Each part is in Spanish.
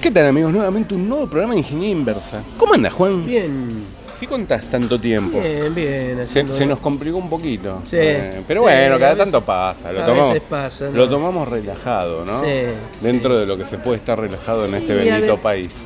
¿Qué tal amigos? Nuevamente un nuevo programa de Ingeniería Inversa. ¿Cómo anda Juan? Bien, ¿Qué contás tanto tiempo? bien, bien. Se, haciendo- se nos complicó un poquito. Sí, Eh, pero sí, bueno, cada a veces- tanto pasa. Lo a tomamos, veces pasa, ¿no? lo tomamos relajado, ¿no? Sí, Dentro de lo que se puede estar relajado en Sí, este a bendito ver. país.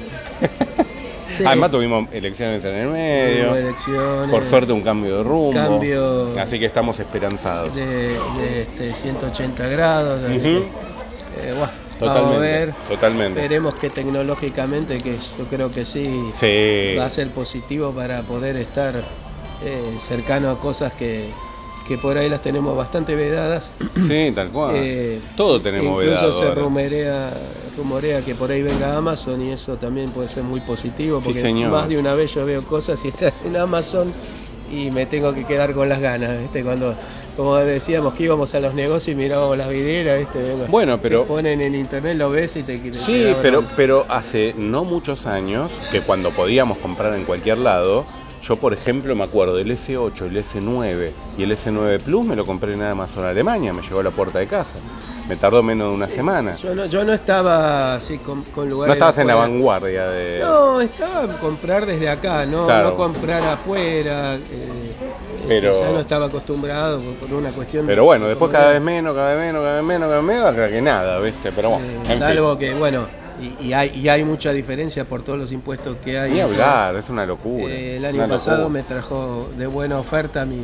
sí. Además tuvimos elecciones en el Hubo medio. elecciones, Por suerte un cambio de rumbo. Cambio- Así que estamos esperanzados. De, de, este, 180 grados. así Ujú. que, eh, bueno, Vamos Totalmente. a ver. Totalmente. Veremos que tecnológicamente, que yo creo que sí, Sí. va a ser positivo para poder estar eh, cercano a cosas que, que por ahí las tenemos bastante vedadas. Sí, tal cual. Eh, Todo tenemos Incluso vedado se ahora. rumorea, rumorea que por ahí venga Amazon y eso también puede ser muy positivo Sí, porque señor. más de una vez yo veo cosas y está en Amazon y me tengo que quedar con las ganas, ¿viste? Cuando, como decíamos que íbamos a los negocios y mirábamos las vidrieras, ¿viste? Venga, Bueno, pero- Te ponen en internet, lo ves y te te Sí, quedás pero, con- pero hace no muchos años, que cuando podíamos comprar en cualquier lado, yo por ejemplo me acuerdo del S8, el S9 y el S9 Plus me lo compré en Amazon Alemania, me llegó a la puerta de casa. Me tardó menos de una semana. Yo no, yo no estaba así con, con lugares... No estabas en la afuera. vanguardia de... No, estaba en comprar desde acá, no, Claro. no comprar afuera. eh, Pero- Quizás no estaba acostumbrado por- por una cuestión. Pero bueno, después cada vez menos, cada vez menos, cada vez menos, cada vez menos, hasta que nada, ¿viste? Pero bueno, Eh, en fin. salvo que, bueno, y, y hay, y hay mucha diferencia por todos los impuestos que hay. Ni acá. hablar, es una locura. Eh, el una año locura. pasado me trajo de buena oferta mi,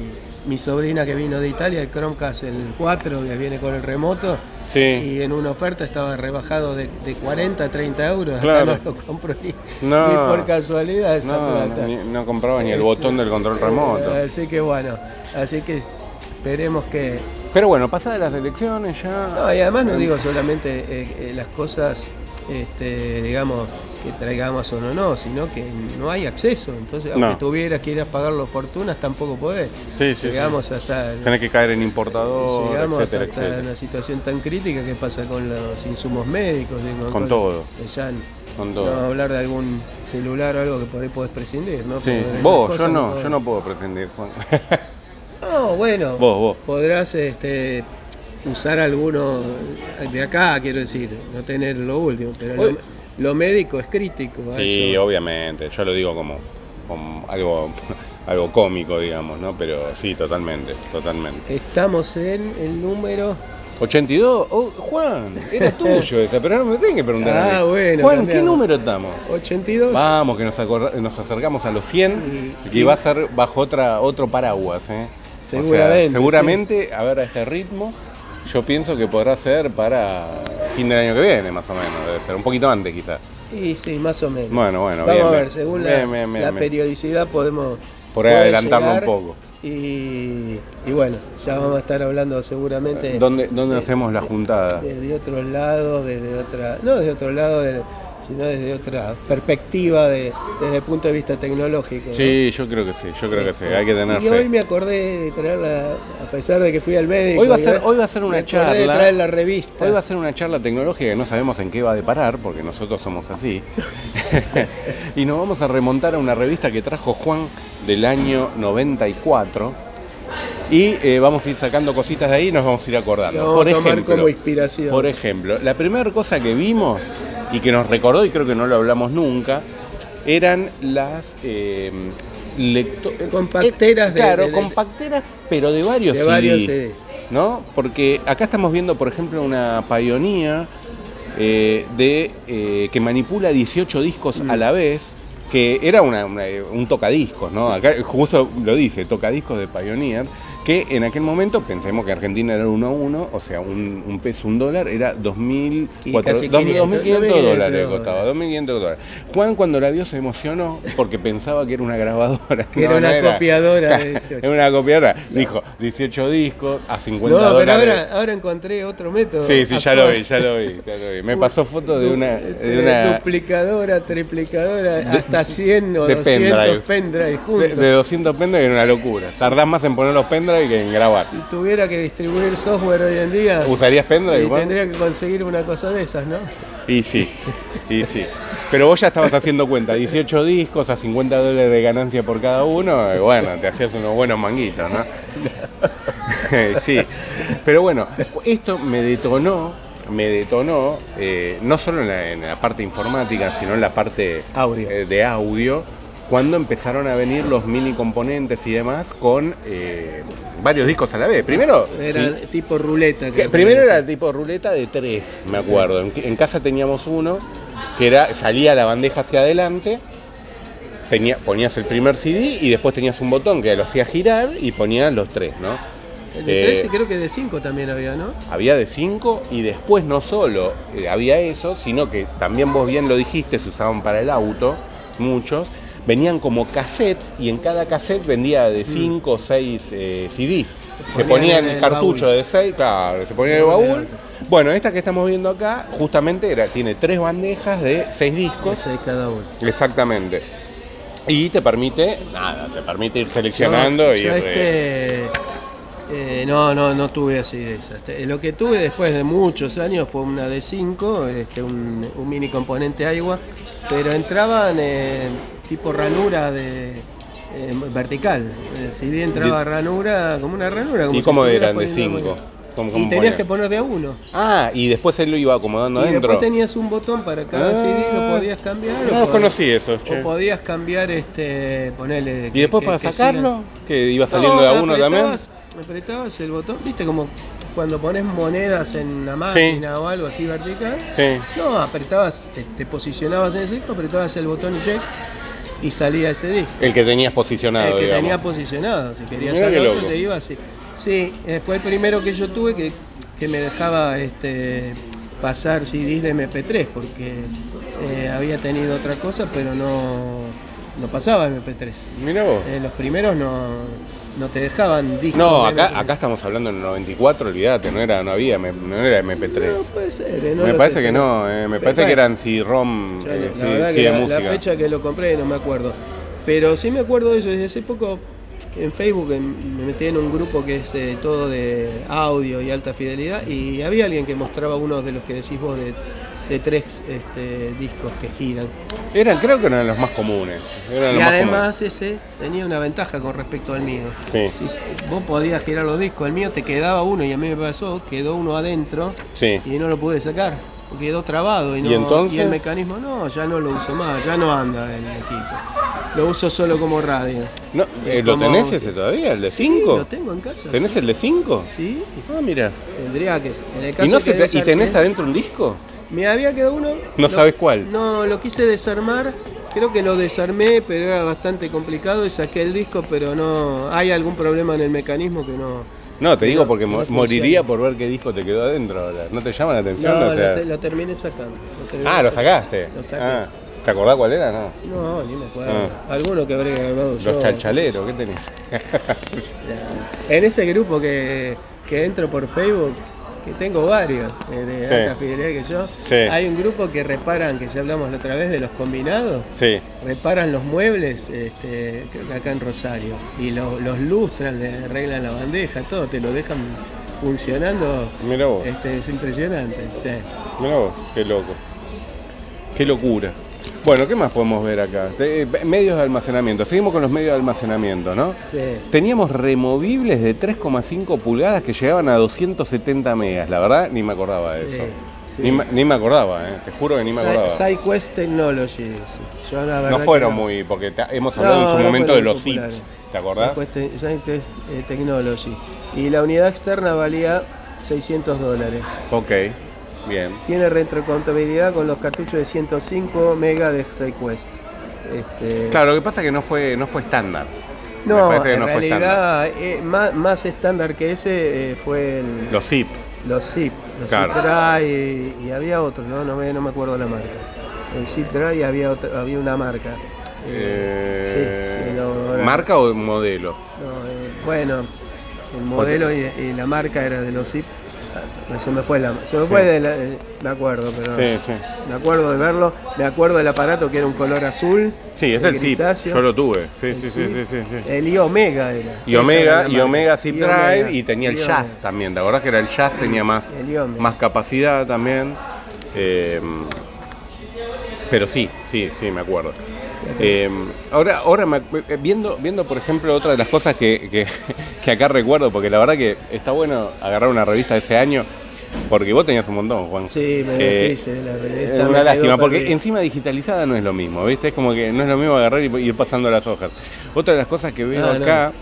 mi sobrina que vino de Italia, el Chromecast el 4, que viene con el remoto. Sí. Y en una oferta estaba rebajado de, de 40 a 30 euros. Acá Claro. no lo compro ni, No. ni por casualidad esa No, plata. ni- no compraba ni el Este, botón del control remoto. Eh, Así que bueno, así que esperemos que. Pero bueno, pasadas las elecciones ya... No, y además no digo solamente eh, eh, las cosas, este, digamos, que traigamos o no, sino que no hay acceso. Entonces, aunque No. tuvieras, quieras pagar las fortunas, tampoco podés. Sí, sí, llegamos hasta. Tenés que caer en importador, llegamos etcétera, hasta etcétera. una situación tan crítica que pasa con los insumos médicos. digo, Con todo. que Ya n- Con no vamos a todo. hablar de algún celular o algo que por ahí podés prescindir, ¿no? Sí, Porque de esas vos, yo cosas no, podés. yo no puedo prescindir, Juan. No, bueno. Vos, vos. Podrás este, usar alguno de acá, quiero decir, no tener lo último, pero Hoy- lo, lo médico es crítico. a Sí, eso. obviamente, yo lo digo como, como algo, algo cómico, digamos, ¿no? Pero sí, totalmente, totalmente. Estamos en el número. 82, oh, Juan, era tuyo esa, pero no me tenés que preguntar. a mí. Ah, bueno, Juan, ¿qué cambiamos. número estamos? 82. Vamos, que nos, acorda- nos acercamos a los 100 Y- y va a ser bajo otra, otro paraguas. ¿eh? O sea, Seguramente, seguramente, a ver, a este ritmo, yo pienso que podrá ser para fin del año que viene, más o menos. Debe ser un poquito antes, quizás. Y sí, más o menos. Bueno, bueno, Vamos bien, a bien. ver, según la, Bien, bien, bien, la bien. periodicidad podemos. Por ahí puede adelantarlo un llegar poco. Y, y bueno, ya vamos a estar hablando seguramente. ¿Dónde, dónde hacemos la juntada? desde otro lado, desde otra, no desde otro lado, de- sino desde otra perspectiva, de- desde el punto de vista tecnológico. ¿no? Sí, yo creo que sí, yo creo que sí, Este, hay que tener Y hoy fe. me acordé de traerla, a pesar de que fui al médico. Hoy va a y ser- ver- hoy va a ser una me acordé de charla. traer la revista. Hoy va a ser una charla tecnológica que no sabemos en qué va a deparar, porque nosotros somos así. y nos vamos a remontar a una revista que trajo Juan del año 94. Y eh, vamos a ir sacando cositas de ahí y nos vamos a ir acordando. Lo vamos por a tomar ejemplo, como inspiración. Por ejemplo, la primera cosa que vimos y que nos recordó, y creo que no lo hablamos nunca, eran las eh, lecto- Compacteras eh, de- Claro, de- de- compacteras, pero de varios de varios CDs. CDs. ¿no? Porque acá estamos viendo, por ejemplo, una pionía de, eh, que manipula 18 discos a la vez, que era una- una- un tocadiscos, ¿no? Acá justo lo dice, tocadiscos de Pioneer, que en aquel momento, pensemos que Argentina era 1 a 1, o sea, un, un peso, un dólar, era 2.000, Y cuatro- casi dos- 500, 2.500 dólares dólares. costaba, 2.500 dólares. Juan cuando la vio se emocionó porque pensaba que era una grabadora. Que era una copiadora de 18. Era una copiadora. Dijo, 18 discos a 50 No, pero dólares. ahora, ahora encontré otro método. Sí, sí, ya lo vi, Actual. ya lo vi, ya lo vi. Me pasó foto de Du- una, este, de una Duplicadora, triplicadora, hasta 100 o de 200 pendrive. pendrives de, juntos. de 200 pendrive era una locura. Tardás más en poner los pendrive que en grabar. Si tuviera que distribuir software hoy en día, ¿Usarías pendrive? y Juan? tendría que conseguir una cosa de esas, ¿no? Y sí, y sí. Pero vos ya estabas haciendo cuenta, 18 discos a 50 dólares de ganancia por cada uno, y bueno, te hacías unos buenos manguitos, ¿no? sí. Pero bueno, esto me detonó me detonó, eh, no solo en la, en la parte informática, sino en la parte Audio. eh, de audio, cuando empezaron a venir los mini componentes y demás con eh, varios discos a la vez. Primero, sí, Era tipo ruleta. que creo que primero era. era tipo ruleta de tres, me acuerdo. En, en casa teníamos uno que era salía la bandeja hacia adelante, tenía, ponías el primer CD y después tenías un botón que lo hacía girar y ponías los tres, ¿no? El de 13 Eh, creo que de 5 también había, ¿no? Había de 5 y después no solo eh, había eso, sino que también vos bien lo dijiste, se usaban para el auto, muchos. Venían como cassettes y en cada cassette vendía de 5 o 6 CDs. Se Mm. ponían ponían en el el cartucho baúl. de 6, claro, se ponía en el Ponía en baúl. el Bueno, esta que estamos viendo acá justamente era, tiene tres bandejas de 6 discos. Cosa de cada uno. Exactamente. Y te permite, nada, te permite ir seleccionando Yo- y yo, ir, eh, este, eh, no, no, no tuve así de esas. Este, Lo que tuve después de muchos años fue una de 5, este, un, un mini componente agua, pero entraban eh, tipo ranura de eh, vertical. El CD entraba De- ranura, como una ranura. Como ¿Y si cómo estuvieras eran de poniendo- 5? ¿Cómo- Y cómo tenías ponían? que poner de a uno. Ah, y después él lo iba acomodando y adentro. después tenías un botón para cada Ah, CD, lo podías cambiar. No o los pod- conocí esos, che. O podías cambiar, este, ponerle. Y después para sacarlo, que iba saliendo de a uno también. también. Apretabas el botón, viste como cuando pones monedas en una máquina o algo así vertical. Sí. No, apretabas, te, te posicionabas en el disco, apretabas el botón eject y salía ese disco. El que tenías posicionado, el que digamos. tenía posicionado, si querías Mirá al qué otro, loco. te iba así. Sí, eh, fue el primero que yo tuve que, que me dejaba este, pasar CDs de MP3, porque eh, había tenido otra cosa, pero no, no pasaba MP3. Mirá vos. Eh, los primeros no, no te dejaban discos. No, de acá, MP3. acá estamos hablando en el 94, olvídate, no era, no había, M- no era MP3. No, puede ser, eh, no me lo parece sé, que pero- no, eh, me pero parece que bueno. eran CD-ROM, Yo, eh, la sí, verdad sí, que de la, la música. fecha que lo compré no me acuerdo. Pero sí me acuerdo de eso. Desde hace poco en Facebook em, me metí en un grupo que es eh, todo de audio y alta fidelidad. Y había alguien que mostraba uno de los que decís vos de, de tres este, discos que giran. Eran, creo que eran los más comunes. Eran Y los más además ese tenía una ventaja con respecto al mío. Sí. Si s- vos podías girar los discos, el mío te quedaba uno y a mí me pasó, quedó uno adentro comunes. Sí. y no lo pude sacar. porque Quedó trabado y, no, ¿Y entonces? el mecanismo no, ya no lo uso más, ya no anda el equipo. Lo uso solo como radio. No, eh, ¿Lo como- tenés ese todavía, el de Lo 5? tengo en casa. ¿Tenés el de 5? Sí, Ah, mira. tendría que. En el ¿Y, caso no que se ¿eh? te- ¿Y desarcé- tenés adentro un disco? Me había quedado uno. No lo- sabes cuál. No, lo quise desarmar. Creo que lo desarmé, pero era bastante complicado y saqué el disco, pero no. Hay algún problema en el mecanismo que no. No, te digo No, porque no mo- funciona. moriría por ver qué disco te quedó adentro ahora. ¿No te llama la atención? No, O sea- lo, lo terminé sacando. lo terminé Ah, lo sacando. sacaste. Lo saqué. Ah, ¿Te acordás cuál era? No. No, ni me acuerdo. Ah. Alguno que habría grabado yo. Los chalchaleros, ¿qué tenías? En ese grupo que, que entro por Facebook, que tengo varios eh, de Sí. alta fidelidad que yo, Sí. hay un grupo que reparan, que ya hablamos la otra vez de los combinados, Sí. reparan los muebles este, creo que acá en Rosario y lo- los lustran, le arreglan la bandeja, todo, te lo dejan funcionando. Mirá vos, Este, es impresionante. sí. mirá vos, qué loco. Qué locura. Bueno, ¿qué más podemos ver acá? Te- eh, medios de almacenamiento. Seguimos con los medios de almacenamiento, ¿no? Sí. Teníamos removibles de 3,5 pulgadas que llegaban a 270 megas. La verdad, ni me acordaba de Sí, eso. sí. Ni, ma- ni me acordaba, ¿eh? te juro que ni me Sci- acordaba. SideQuest Technology, dice. Yo la verdad No que fueron no. muy, porque te- hemos hablado en su no momento de fueron los populares. zips, ¿te acordás? Después te- Scientist, eh, Technology. Y la unidad externa valía 600 dólares. Ok, bien. Tiene retrocontabilidad con los cartuchos de 105 mega de SideQuest. Este, Claro, lo que pasa es que no fue, no fue estándar. Me No, parece que en no fue realidad eh, más, más estándar que ese eh, fue el- Los zips. los Zip, los Claro. Zip Drive y, y había otro, ¿no? No, me, no me acuerdo la marca. El Zip Drive había, otra- había una marca. Eh, sí, Eh, que no- ¿Marca o modelo? No, eh, bueno, el modelo y, y la marca era de los Zip. Ah, Se me fue, la, se me, Sí. fue de la- eh, me acuerdo, pero Sí, sí. me acuerdo de verlo. Me acuerdo del aparato que era un color azul. Sí, es el zip. grisáceo, Yo lo tuve. Sí, el sí, sí, Zip. sí, sí, sí. El I Omega era. Y Omega, Esa era la y marca. Omega Zip I Drive Omega, y tenía el I Jazz Omega. también. ¿Te acordás que era el Jazz? Tenía más, El Omega. más capacidad también. Eh, pero sí, sí, sí, me acuerdo. Eh, ahora, ahora me ac- eh, viendo, viendo, por ejemplo, otra de las cosas que, que- que acá recuerdo, porque la verdad que está bueno agarrar una revista de ese año. Porque vos tenías un montón, Juan. Sí, me Eh, sí, sí, la Es revista me una quedó lástima, porque perdida. encima digitalizada no es lo mismo, ¿viste? Es como que no es lo mismo agarrar y ir pasando las hojas. Otra de las cosas que veo Ah, no. acá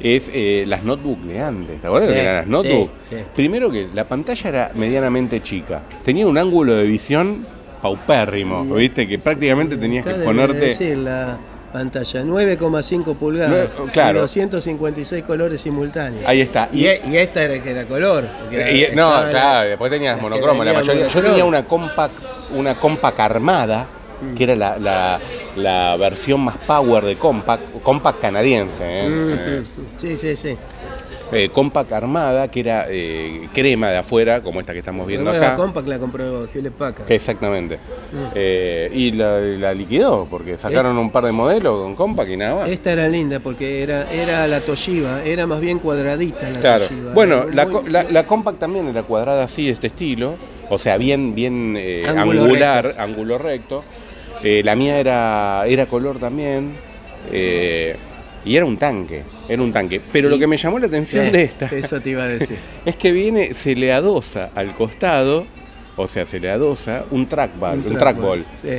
es eh, las notebooks de antes, ¿te acuerdas lo Sí, que eran las notebooks? sí, sí. Primero que la pantalla era medianamente chica, tenía un ángulo de visión paupérrimo, ¿viste? Que prácticamente tenías que Acá debe ponerte... decir la pantalla 9,5 pulgadas. Nueve- claro. y 256 colores simultáneos. Ahí está. Y, e- y esta era que era color. que era- Y- e, no, estaba eh, la- claro, después tenías la que monocroma, la tenía mayoría. Yo monocroma. tenía una compact, una compact armada, Mm. que era la, la- la versión más power de compact, compact canadiense, ¿eh? Eh, Mm, Sí, sí, sí. eh, compact armada, que era eh, crema de afuera, como esta que estamos viendo Bueno, acá. La Mm. Compact la compró Hewlett Packard. Que exactamente. Eh, y la, la liquidó, porque ¿Eh? sacaron un par de modelos con compact y nada más. Esta era linda porque era, era la Toshiba, era más bien cuadradita la Claro. Toshiba. Bueno, Era la, muy- co- la- la compact también era cuadrada así, de este estilo. O sea, bien, bien eh, Ángulo angular, recto. ángulo recto. Eh, la mía era, era color también. eh, y era un tanque, era un tanque. Pero lo que me llamó la atención Sí, de esta Eso te iba a decir. es que viene, se le adosa al costado, o sea, se le adosa un trackball, un, trackball. Sí.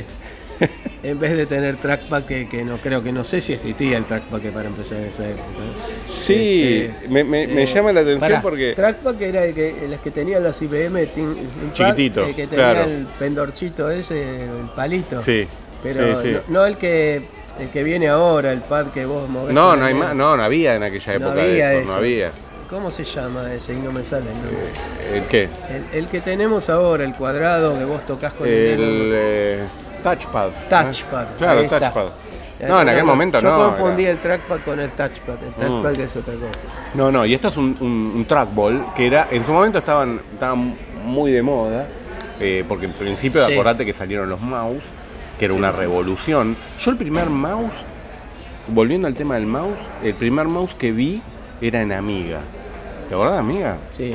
En vez de tener trackpad, que, que no creo que no sé si existía el trackpad que para empezar en esa época. ¿no? Sí, Este, me, me- me eh, llama la atención pará, porque... Trackpad que era el que, las que tenían las IBM. tin- Impact, Chiquitito, eh, que tenía claro. el pendorchito ese, el palito. Sí, Pero sí, sí. No, no el que el que viene ahora, el pad que vos movés. No, con no, la hay mano. más, no, no había en aquella No época de había eso, no eso. había. ¿Cómo se llama ese? Y no me sale el nombre. ¿El qué? El, el que tenemos ahora, el cuadrado que vos tocas con el, El dedo. eh, touchpad. Touchpad. Claro, ahí está. touchpad. No, en aquel momento no. Yo era- confundí el trackpad con el touchpad. El touchpad Mm. que es otra cosa. No, no, y esto es un, un- un trackball que era, en su momento estaban, estaban muy de moda, eh, porque en principio Sí. acordate que salieron los mouse, que era una revolución. Yo el primer mouse, volviendo al tema del mouse, el primer mouse que vi era en Amiga. ¿Te acordás, Amiga? Sí.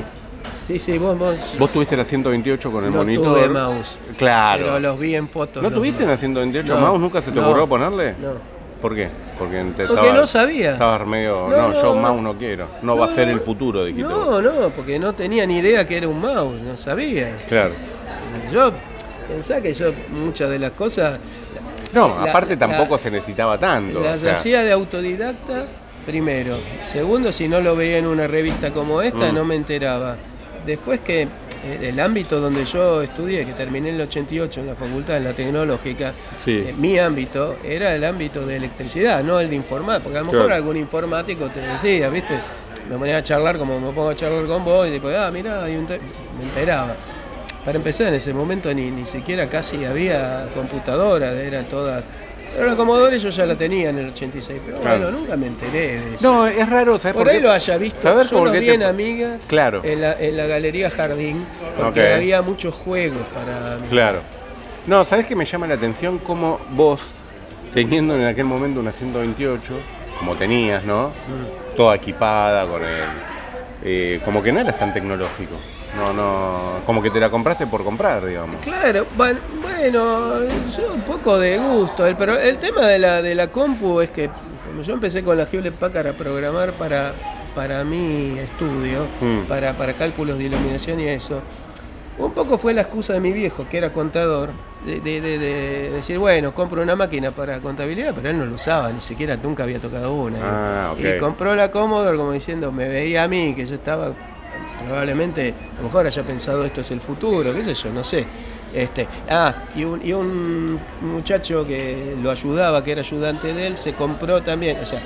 Sí, sí, vos, vos Vos tuviste la 128 con el no monitor. tuve mouse. Claro. Pero los vi en fotos. ¿No los tuviste la mouse. 128 No, mouse? ¿Nunca se te no, ocurrió ponerle? No. ¿Por qué? Porque, te Porque no sabía. Estabas medio. No, No, no, yo no. mouse no quiero. No, va a No, ser no. el futuro, dijiste. vos. No, no, porque no tenía ni idea que era un mouse, no sabía. Claro. Yo pensá que yo muchas de las cosas No, La- aparte la- tampoco se necesitaba tanto. Las o sea, hacía de autodidacta, primero. Segundo, si no lo veía en una revista como esta, Mm. no me enteraba. Después que eh, el ámbito donde yo estudié, que terminé en el 88 en la facultad, en la tecnológica, Sí. eh, mi ámbito era el ámbito de electricidad, no el de informática. Porque a lo mejor Claro. algún informático te decía, ¿viste? Me ponía a charlar como me pongo a charlar con vos y después, ah, mirá, hay un te-". me enteraba. Para empezar, en ese momento ni, ni siquiera casi había computadoras, era toda. Pero la Commodore yo ya la tenía en el 86, pero Claro. bueno, nunca me enteré de eso. No, es raro, ¿sabes por por ahí qué? lo haya visto, ¿Sabés yo por lo qué vi te- en Amiga, Claro. en, la, en la Galería Jardín, porque Ok. había muchos juegos para... Claro. No, ¿sabes qué me llama la atención? Cómo vos, teniendo en aquel momento una 128, como tenías, ¿no? Mm. Toda equipada con el. eh, como que no eras tan tecnológico. No, no. Como que te la compraste por comprar, digamos. Claro, ban- bueno, yo un poco de gusto, el- pero el tema de la, de la compu es que como yo empecé con la Hewlett Packard a programar para, para mi estudio, Mm. para, para cálculos de iluminación y eso, un poco fue la excusa de mi viejo, que era contador, de, de- de- de decir, bueno, compro una máquina para contabilidad, pero él no lo usaba, ni siquiera nunca había tocado una. ¿eh? Ah, ok. Y compró la Commodore como diciendo, me veía a mí, que yo estaba probablemente, a lo mejor haya pensado esto es el futuro, qué sé yo, no sé. Este, ah, y un, y un muchacho que lo ayudaba, que era ayudante de él, se compró también, o sea,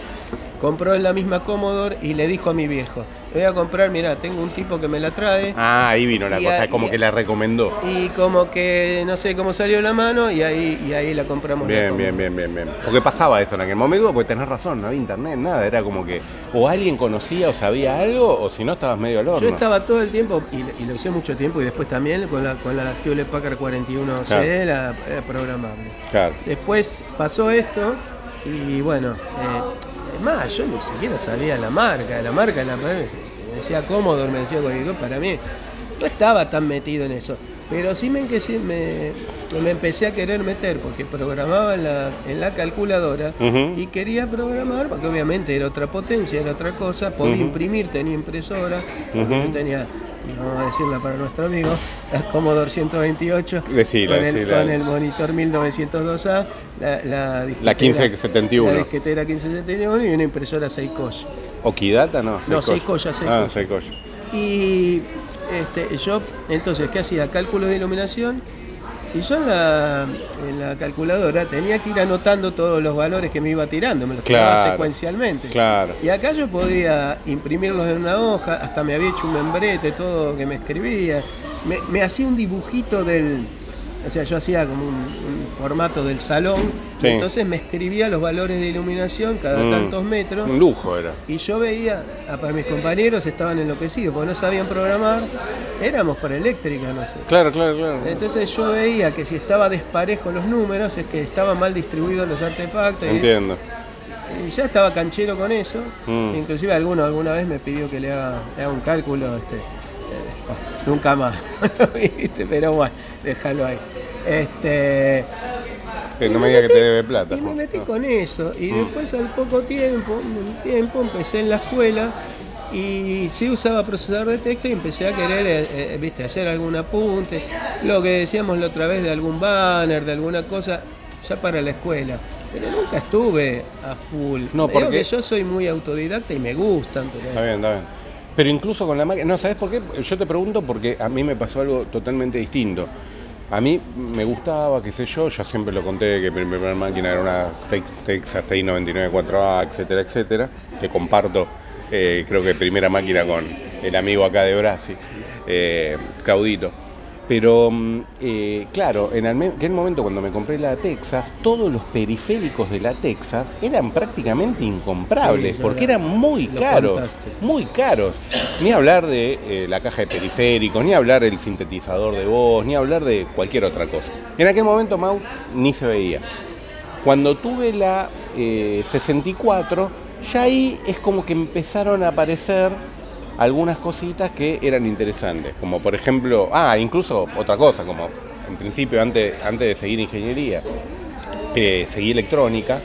compró en la misma Commodore y le dijo a mi viejo, voy a comprar, mirá, tengo un tipo que me la trae, Ah, ahí vino la Y cosa, a- como y a- que la recomendó. y como que no sé cómo salió la mano y ahí, y ahí la compramos. la Bien, Commodore. bien, bien, bien, bien. Porque pasaba eso en aquel momento, porque tenés razón, no había internet, nada, era como que o alguien conocía o sabía algo, o si no estabas medio al horno. Yo estaba todo el tiempo, y, y lo usé mucho tiempo, y después también con la, con la Hewlett Packard 41 CD, la, era programable. Claro. Después pasó esto, y bueno, eh, es más, yo ni siquiera sabía la marca, la marca, la, me decía Commodore, me decía cualquier cosa, para mí no estaba tan metido en eso. Pero sí me, enque- me, me empecé a querer meter, porque programaba en la, en la calculadora, Ujú. y quería programar, porque obviamente era otra potencia, era otra cosa, podía Ujú. imprimir, tenía impresora, Ujú. yo tenía y vamos a decirla para nuestro amigo, la Commodore 128, Decila, con, el, decila. con el monitor 1902A, la, la, disquetera- 1571. la disquetera 1571 y una impresora Seikoya. Okidata, no. No, Seikoya. Seikoya, Seikoya. Ah, Seikoya. Y este, yo, entonces, ¿qué hacía? Cálculos de iluminación. Y yo en la, en la calculadora tenía que ir anotando todos los valores que me iba tirando, me los tiraba Claro, secuencialmente. claro. Y acá yo podía imprimirlos en una hoja, hasta me había hecho un membrete, todo que me escribía. Me, me hacía un dibujito del. O sea, yo hacía como un, un formato del salón. Sí. y entonces me escribía los valores de iluminación cada Mm. tantos metros. Un lujo era. Y yo veía, a- para mis compañeros estaban enloquecidos porque no sabían programar, éramos por eléctrica, no sé. Claro, claro, claro. Entonces yo veía que si estaba desparejo los números es que estaban mal distribuidos los artefactos. y- Entiendo. Y, ya estaba canchero con eso. Mm. Inclusive alguno alguna vez me pidió que le haga, le haga un cálculo. Este, eh, bueno, nunca más, ¿viste? pero bueno, déjalo ahí. Este, Que no y me diga que metí- te debe plata. Ah. Y me ¿no? metí No. con eso. Y Mm. después al poco tiempo, un tiempo, empecé en la escuela y sí usaba procesador de texto y empecé a querer eh, eh, viste, hacer algún apunte, lo que decíamos la otra vez de algún banner, de alguna cosa, ya para la escuela. Pero nunca estuve a full. No, Digo porque- que yo soy muy autodidacta y me gustan, Está pero bien, está bien. Pero incluso con la máquina. No, ¿sabes por qué? Yo te pregunto porque a mí me pasó algo totalmente distinto. A mí me gustaba, qué sé yo, yo siempre lo conté que mi primera máquina era una Tex- Texas TI 99 4A, etcétera, etcétera, que comparto, eh, creo que primera máquina con el amigo acá de Brasi, eh, Claudito. Pero mm, eh, claro, en alme- aquel momento cuando me compré la Texas, todos los periféricos de la Texas eran prácticamente incomprables, Sí, ya porque lo- eran muy lo caros contaste. muy caros. Ni hablar de eh, la caja de periféricos, ni hablar del sintetizador de voz, ni hablar de cualquier otra cosa. En aquel momento Mau ni se veía. Cuando tuve la eh, 64, ya ahí es como que empezaron a aparecer algunas cositas que eran interesantes, como por ejemplo, ah, incluso otra cosa, como en principio antes, antes de seguir ingeniería, eh, seguí electrónica,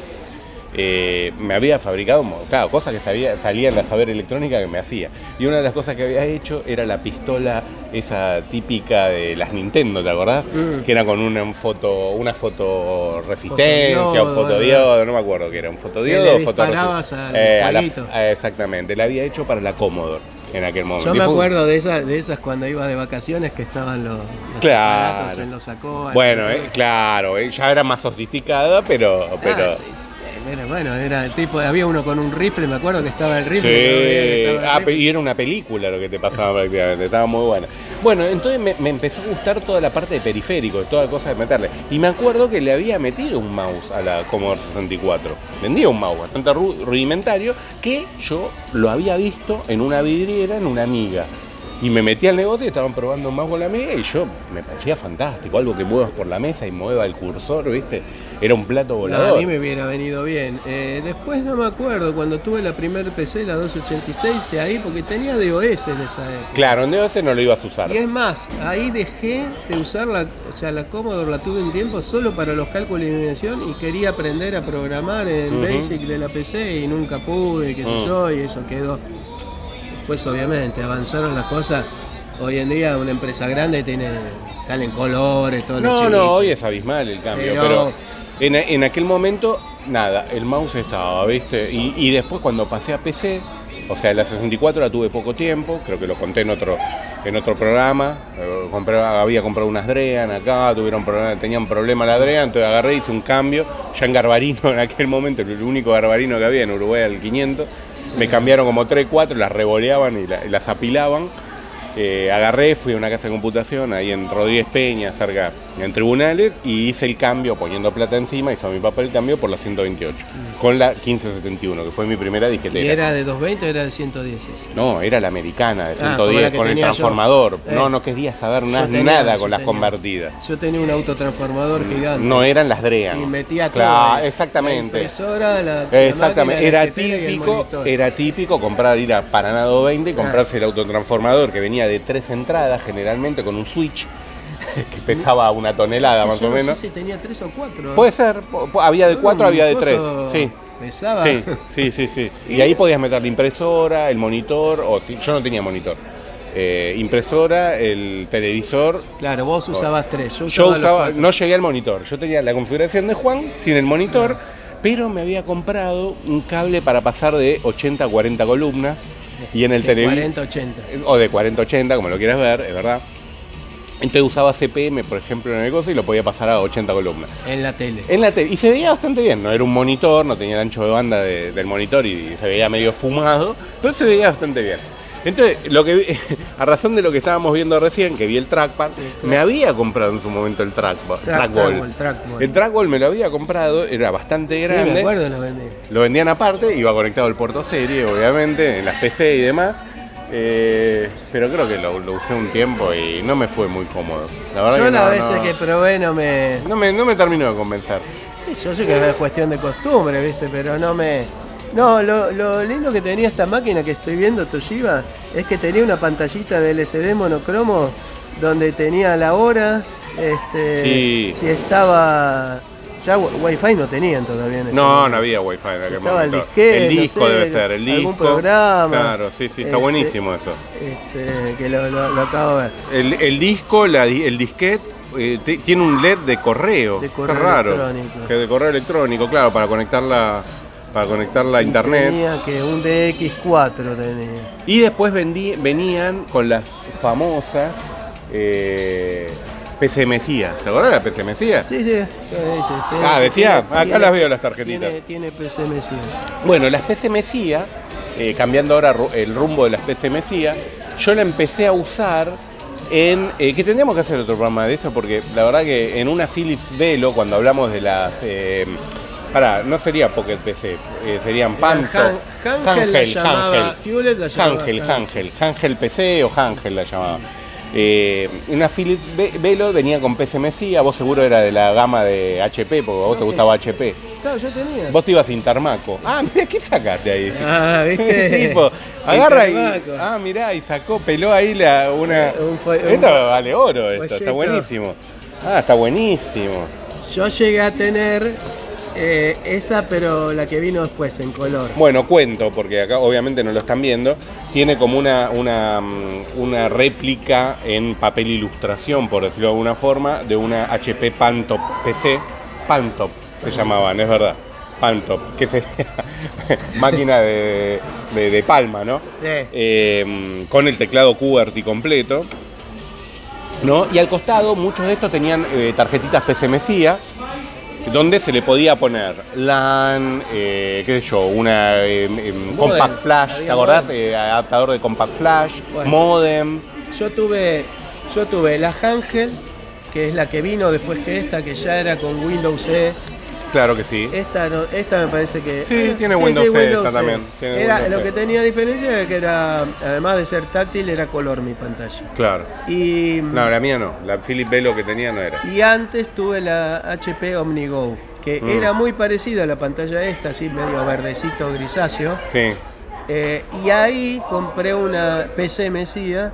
eh, me había fabricado, mo- claro, cosas que sabía, salía en la saber electrónica que me hacía. Y una de las cosas que había hecho era la pistola, esa típica de las Nintendo, ¿te acordás? Mm. Que era con una en foto, una foto resistencia, un Fotodiodo, fotodiodo, no me acuerdo qué era, un fotodiodo eh. le o foto Eh, disparabas al jueguito. Exactamente, la había hecho para la Commodore en aquel momento. yo Y me fue un- acuerdo de esas, de esas cuando iba de vacaciones que estaban los, los Claro. aparatos en los sacos. Bueno, eh, claro, eh, ya era más sofisticada, pero, pero Ah, sí, sí, era- bueno, era el tipo, había uno con un rifle, me acuerdo que estaba el Sí, rifle. no veía que estaba el Ah, rifle. pe- y era una película lo que te pasaba prácticamente, estaba muy buena. Bueno, entonces me, me empezó a gustar toda la parte de periférico, toda cosa de meterle. Y me acuerdo que le había metido un mouse a la Commodore 64. Vendía un mouse bastante ru- rudimentario que yo lo había visto en una vidriera, en una amiga. Y me metí al negocio y estaban probando un mouse con la amiga y yo me parecía fantástico, algo que muevas por la mesa y mueva el cursor, ¿viste? Era un plato No, volador. a mí me hubiera venido bien. Eh, después no me acuerdo, cuando tuve la primer PC, la 286, ahí, porque tenía DOS en esa época. Claro, en DOS no lo ibas a usar. Y es más, ahí dejé de usar la, o sea, la Commodore la tuve un tiempo solo para los cálculos de iluminación y quería aprender a programar en Ujú. Basic de la PC y nunca pude, qué sé Mm. yo, y eso quedó. Pues obviamente avanzaron las cosas. Hoy en día una empresa grande tiene salen colores, todo los No, chiviches. no, hoy es abismal el cambio, pero, Pero- en, en aquel momento, nada, el mouse estaba, ¿viste? Y, y después cuando pasé a PC, o sea, la 64 la tuve poco tiempo, creo que lo conté en otro, en otro programa, eh, compré- había comprado unas Drean acá, tuvieron problema, tenían problema la Drean, entonces agarré, hice un cambio, ya en Garbarino en aquel momento, el único Garbarino que había en Uruguay era el 500, me cambiaron como 3, 4, las revoleaban y la- y las apilaban. Eh, agarré, fui a una casa de computación ahí en Rodríguez Peña, cerca en tribunales, y hice el cambio poniendo plata encima, hizo mi papá el cambio por la 128, con la 1571, que fue mi primera disquetera. ¿Y era de 220 o era de 110? esa? No, era la americana de Ah, como 110 la que con el tenía yo. transformador. Eh. No, no quería saber na- Yo tenía, nada yo con las tenía. convertidas. Yo tenía un autotransformador gigante. Mm, No eran las DREAN. Y metía todo. Claro, ahí. La exactamente. impresora, la- la Eh, Exactamente, máquina, la era disquetera y el típico, monitor. era típico comprar, ir a Paraná 20 y comprarse el autotransformador que venía de tres entradas generalmente con un switch que pesaba una tonelada más Yo o no menos. sé si tenía tres o cuatro. ¿eh? Puede ser, po- po- había de Era cuatro, un había de tres. coso Sí. Pesaba. Sí, sí, sí, sí. Y ahí podías meter la impresora, el monitor, o si yo no tenía monitor. eh, impresora, el televisor. Claro, vos usabas tres. Yo usaba, Yo los usaba, cuatro. no llegué al monitor. Yo tenía la configuración de Juan sin el monitor, pero me había comprado un cable para pasar de 80 a 40 columnas y en el De televisor 40, 80. o de 40 80, como lo quieras ver, es verdad. Entonces usaba CPM, por ejemplo, en el negocio y lo podía pasar a 80 columnas. En la tele. En la tele. Y se veía bastante bien, no era un monitor, no tenía el ancho de banda de- del monitor y se veía medio fumado, pero se veía bastante bien. Entonces, lo que vi- a razón de lo que estábamos viendo recién, que vi el trackpad, me había comprado en su momento el trackpad, Track- trackball. Este. trackball, trackball. El trackball me lo había comprado, era bastante Sí, me grande. acuerdo, los vendí. Lo vendían aparte, iba conectado al puerto serie, obviamente, en las PC y demás. Eh, pero creo que lo, lo usé un tiempo y no me fue muy cómodo. La verdad Yo que las no, veces no- que probé no me. no me, no me terminó de convencer. Yo sé que es cuestión de costumbre, ¿viste? Pero no me. No, lo, lo lindo que tenía esta máquina que estoy viendo, Toshiba, es que tenía una pantallita de LCD monocromo donde tenía la hora, este, Sí. si estaba. Ya wi- Wi-Fi no tenían todavía en ese No, momento. no había wifi en aquel Estaba el momento. disquete, el no disco sé, debe ser, el disco. algún programa. Claro, sí, sí, está Este, buenísimo eso. Este, que lo, lo- lo acabo de ver. El, el disco, la di- el disquete, eh, ti- tiene un LED de correo. De Está correo raro. electrónico. Que de correo electrónico, claro, para conectarla, para conectarla a internet. Tenía que un DX4 tenía. Y después vendí- venían con las famosas eh, PC Mesía. ¿Te acordás de la PC Mesía? Sí, sí. Ah, decía, acá las veo las tarjetitas. Tiene, tiene PCMC. Bueno, las PC Mesía, eh, cambiando ahora ru- el rumbo de las PC Mesía, yo la empecé a usar en. eh, que tendríamos que hacer otro programa de eso, porque la verdad que en una Philips Velo, cuando hablamos de las. eh, pará, no sería Pocket PC, eh, serían Panto. Han- Hangel la llamaba- Hewlett la llamaba Hangel, Hangel. Hangel, Hangel PC o Hangel la llamaba. Eh, una Philips Ve- Velo venía con PC Mesía, vos seguro era de la gama de HP, porque a vos No, te que gustaba sí. HP. Claro, yo tenía. Vos te ibas sin tarmaco. Ah, mira, ¿qué sacaste ahí? Este Ah, ¿viste? tipo, El agarra y. Tarmaco. Eh, Ah, mirá, y sacó, peló ahí la, una. Un fue- un- esto vale oro, esto, está folleto. buenísimo. Ah, está buenísimo. Yo llegué a tener eh, esa, pero la que vino después, en color. Bueno, cuento, porque acá obviamente no lo están viendo. Tiene como una, una, mm, una réplica en papel ilustración, por decirlo de alguna forma, de una HP Pantop PC. Pantop se llamaba, no es verdad. Pantop, que sería máquina de, de- de palma, ¿no? Sí. Eh, con el teclado QWERTY completo. ¿no? Y al costado muchos de estos tenían eh, tarjetitas PCMSIA donde se le podía poner LAN, eh, qué sé yo, una eh, em, compact flash, ¿te había acordás? modem. Eh, adaptador de compact flash, Bueno. modem. Yo tuve, yo tuve la Hangel, que es la que vino después que esta, que ya era con Windows C. Claro que sí. Esta, no- esta me parece que. Sí, tiene Windows C esta también, tiene E. Era, Windows E. lo C. que tenía diferencia era que era, además de ser táctil, era color mi pantalla. Claro. Y, No, la mía no. La Philip Velo que tenía no era. y antes tuve la HP OmniGo, que Mm. era muy parecida a la pantalla esta, así medio verdecito grisáceo. Sí. Eh, y ahí compré una PC Mesía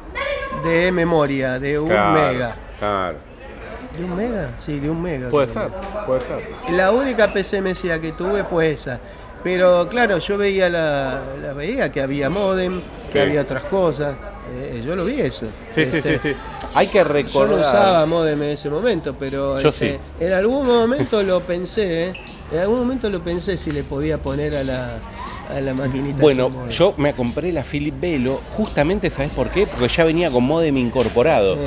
de memoria, de un claro, mega. Claro. ¿De un mega? Sí, de un mega. Puede creo. ser, puede ser. La única PC Mesía que tuve fue esa. Pero claro, yo veía la, la veía que había modem, Sí. que había otras cosas. Eh, yo lo vi eso. Sí, sí, sí, Este, sí. Hay que Yo recordar. no usaba modem en ese momento, pero Yo este, sí. en algún momento lo pensé, ¿eh? en algún momento lo pensé si le podía poner a la, a la maquinita. sin Bueno, modem. yo me compré la Philip Velo, justamente, ¿sabes por qué? Porque ya venía con modem incorporado. Sí.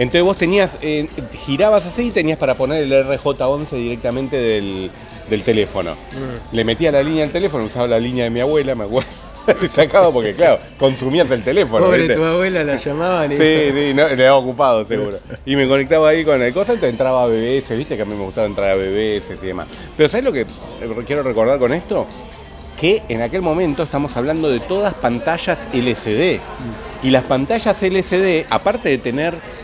Entonces vos tenías, eh, girabas así y tenías para poner el RJ11 directamente del, del teléfono. Mm. Le metía la línea del teléfono, usaba la línea de mi abuela, me acuerdo. Le sacaba porque, claro, consumías el teléfono. Pobre ¿viste? tu abuela la llamaban y Sí, sí, no, le había ocupado seguro. Y me conectaba ahí con el cosa, entonces entraba a BBS, viste que a mí me gustaba entrar a BBS y demás. Pero ¿sabes lo que eh, quiero recordar con esto? Que en aquel momento estamos hablando de todas pantallas LCD. Y las pantallas LCD, aparte de tener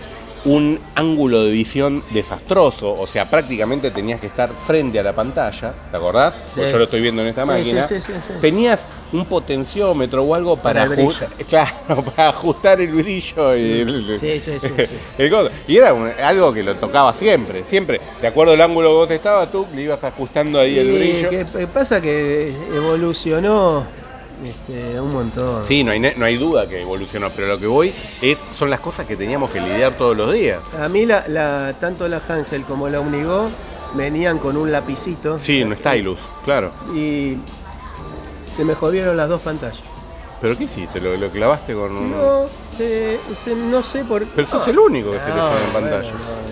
un ángulo de visión desastroso, o sea, prácticamente tenías que estar frente a la pantalla, ¿te acordás? Porque Sí. yo lo estoy viendo en esta Sí, máquina. sí, sí, sí, sí. Tenías un potenciómetro o algo para, Para el ajust- brillo. claro, para ajustar el brillo y el, Sí, sí, sí, sí. el coso. Y era un- algo que lo tocaba siempre, siempre. De acuerdo al ángulo que vos estabas, tú le ibas ajustando ahí el Y brillo. que- que pasa que evolucionó Este, un montón. Sí, no hay, ne- no hay duda que evolucionó, pero lo que voy es son las cosas que teníamos que lidiar todos los días. A mí la, la- tanto la Hangel como la Unigo venían con un lapicito. Sí, no está Ilus, claro. Y se me jodieron las dos pantallas. ¿Pero qué hiciste? ¿Lo, lo clavaste con un...? No, se, se- no sé por qué. Pero sos el único que se le jode en pantalla. no,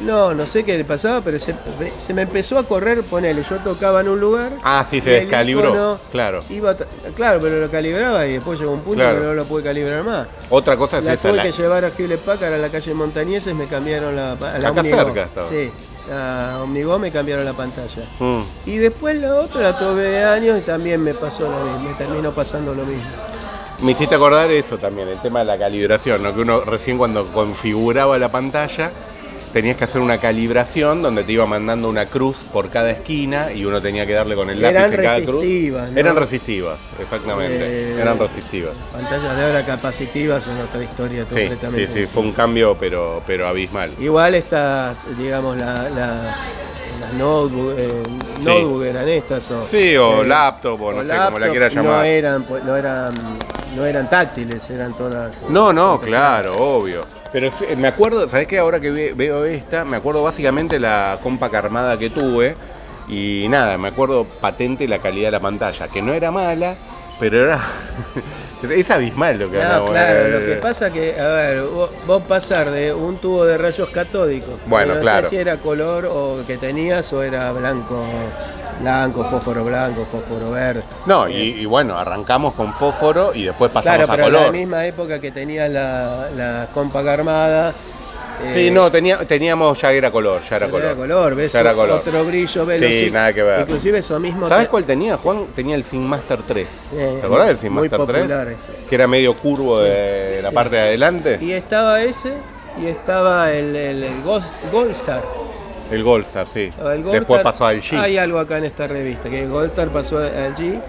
no, no sé qué le pasaba, pero se, se me empezó a correr, ponele, yo tocaba en un lugar. Ah, sí, se y el descalibró, icono claro. iba to- claro, pero lo calibraba y después llegó un punto Claro. Ah, que no lo pude calibrar más. Otra cosa es la esa, tuve la- que llevar a Hewlett Packard a la calle Montañeses, me cambiaron la, a la Acá Omnibó. cerca estaba. Sí, a Omnibó me cambiaron la pantalla. Mm. Y después la otra la tuve de años y también me pasó lo mismo, me terminó pasando lo mismo. Me hiciste acordar eso también, el tema de la calibración, ¿no? que uno recién cuando configuraba la pantalla tenías que hacer una calibración donde te iba mandando una cruz por cada esquina y uno tenía que darle con el lápiz Eran en cada cruz. resistivas, ¿no? Eran resistivas, exactamente. Eh, Eran resistivas. Pantallas de ahora capacitivas son otra historia Sí, sí, completamente. sí, fue un cambio pero, pero abismal. Igual estas, digamos, la- la- las notebook, eh, Sí. notebook eran estas. O, eh, Sí, o laptop, o no sé, como la quiera No llamar. eran, pues, no, eran, no eran táctiles, eran todas... No, no, claro, obvio. Pero sí, me acuerdo, ¿sabés qué? Ahora que ve- veo esta, me acuerdo básicamente la compa carmada que tuve. Y nada, me acuerdo patente la calidad de la pantalla, que no era mala, pero era. es abismal lo que Ah, hablamos, claro, eh, lo que pasa que, a ver, vos, vos pasar de un tubo de rayos catódicos, que Bueno, no claro. sé si era color o que tenías o era blanco, blanco, fósforo blanco, fósforo verde. No, y, y bueno, arrancamos con fósforo y después eh. Claro, pasamos pero a en la color. misma época que tenía la, la compa armada. Sí, no, tenía, teníamos, ya era color, ya era color. Pero eh. era color, ves Ya era color. otro brillo, ves Sí, los- nada que ver. Inclusive eso mismo. ¿Sabes te- cuál tenía, Juan? Tenía el Master 3. Eh, ¿Te acordás del muy Synmaster 3? popular ese. Que era medio curvo de la Sí. parte de adelante. Y estaba ese y estaba el, el, el Gold, Gold Star. El Goldstar, sí. Estaba el Gold Después Star. pasó al G. Hay algo acá en esta revista, que el Gold Star pasó al G.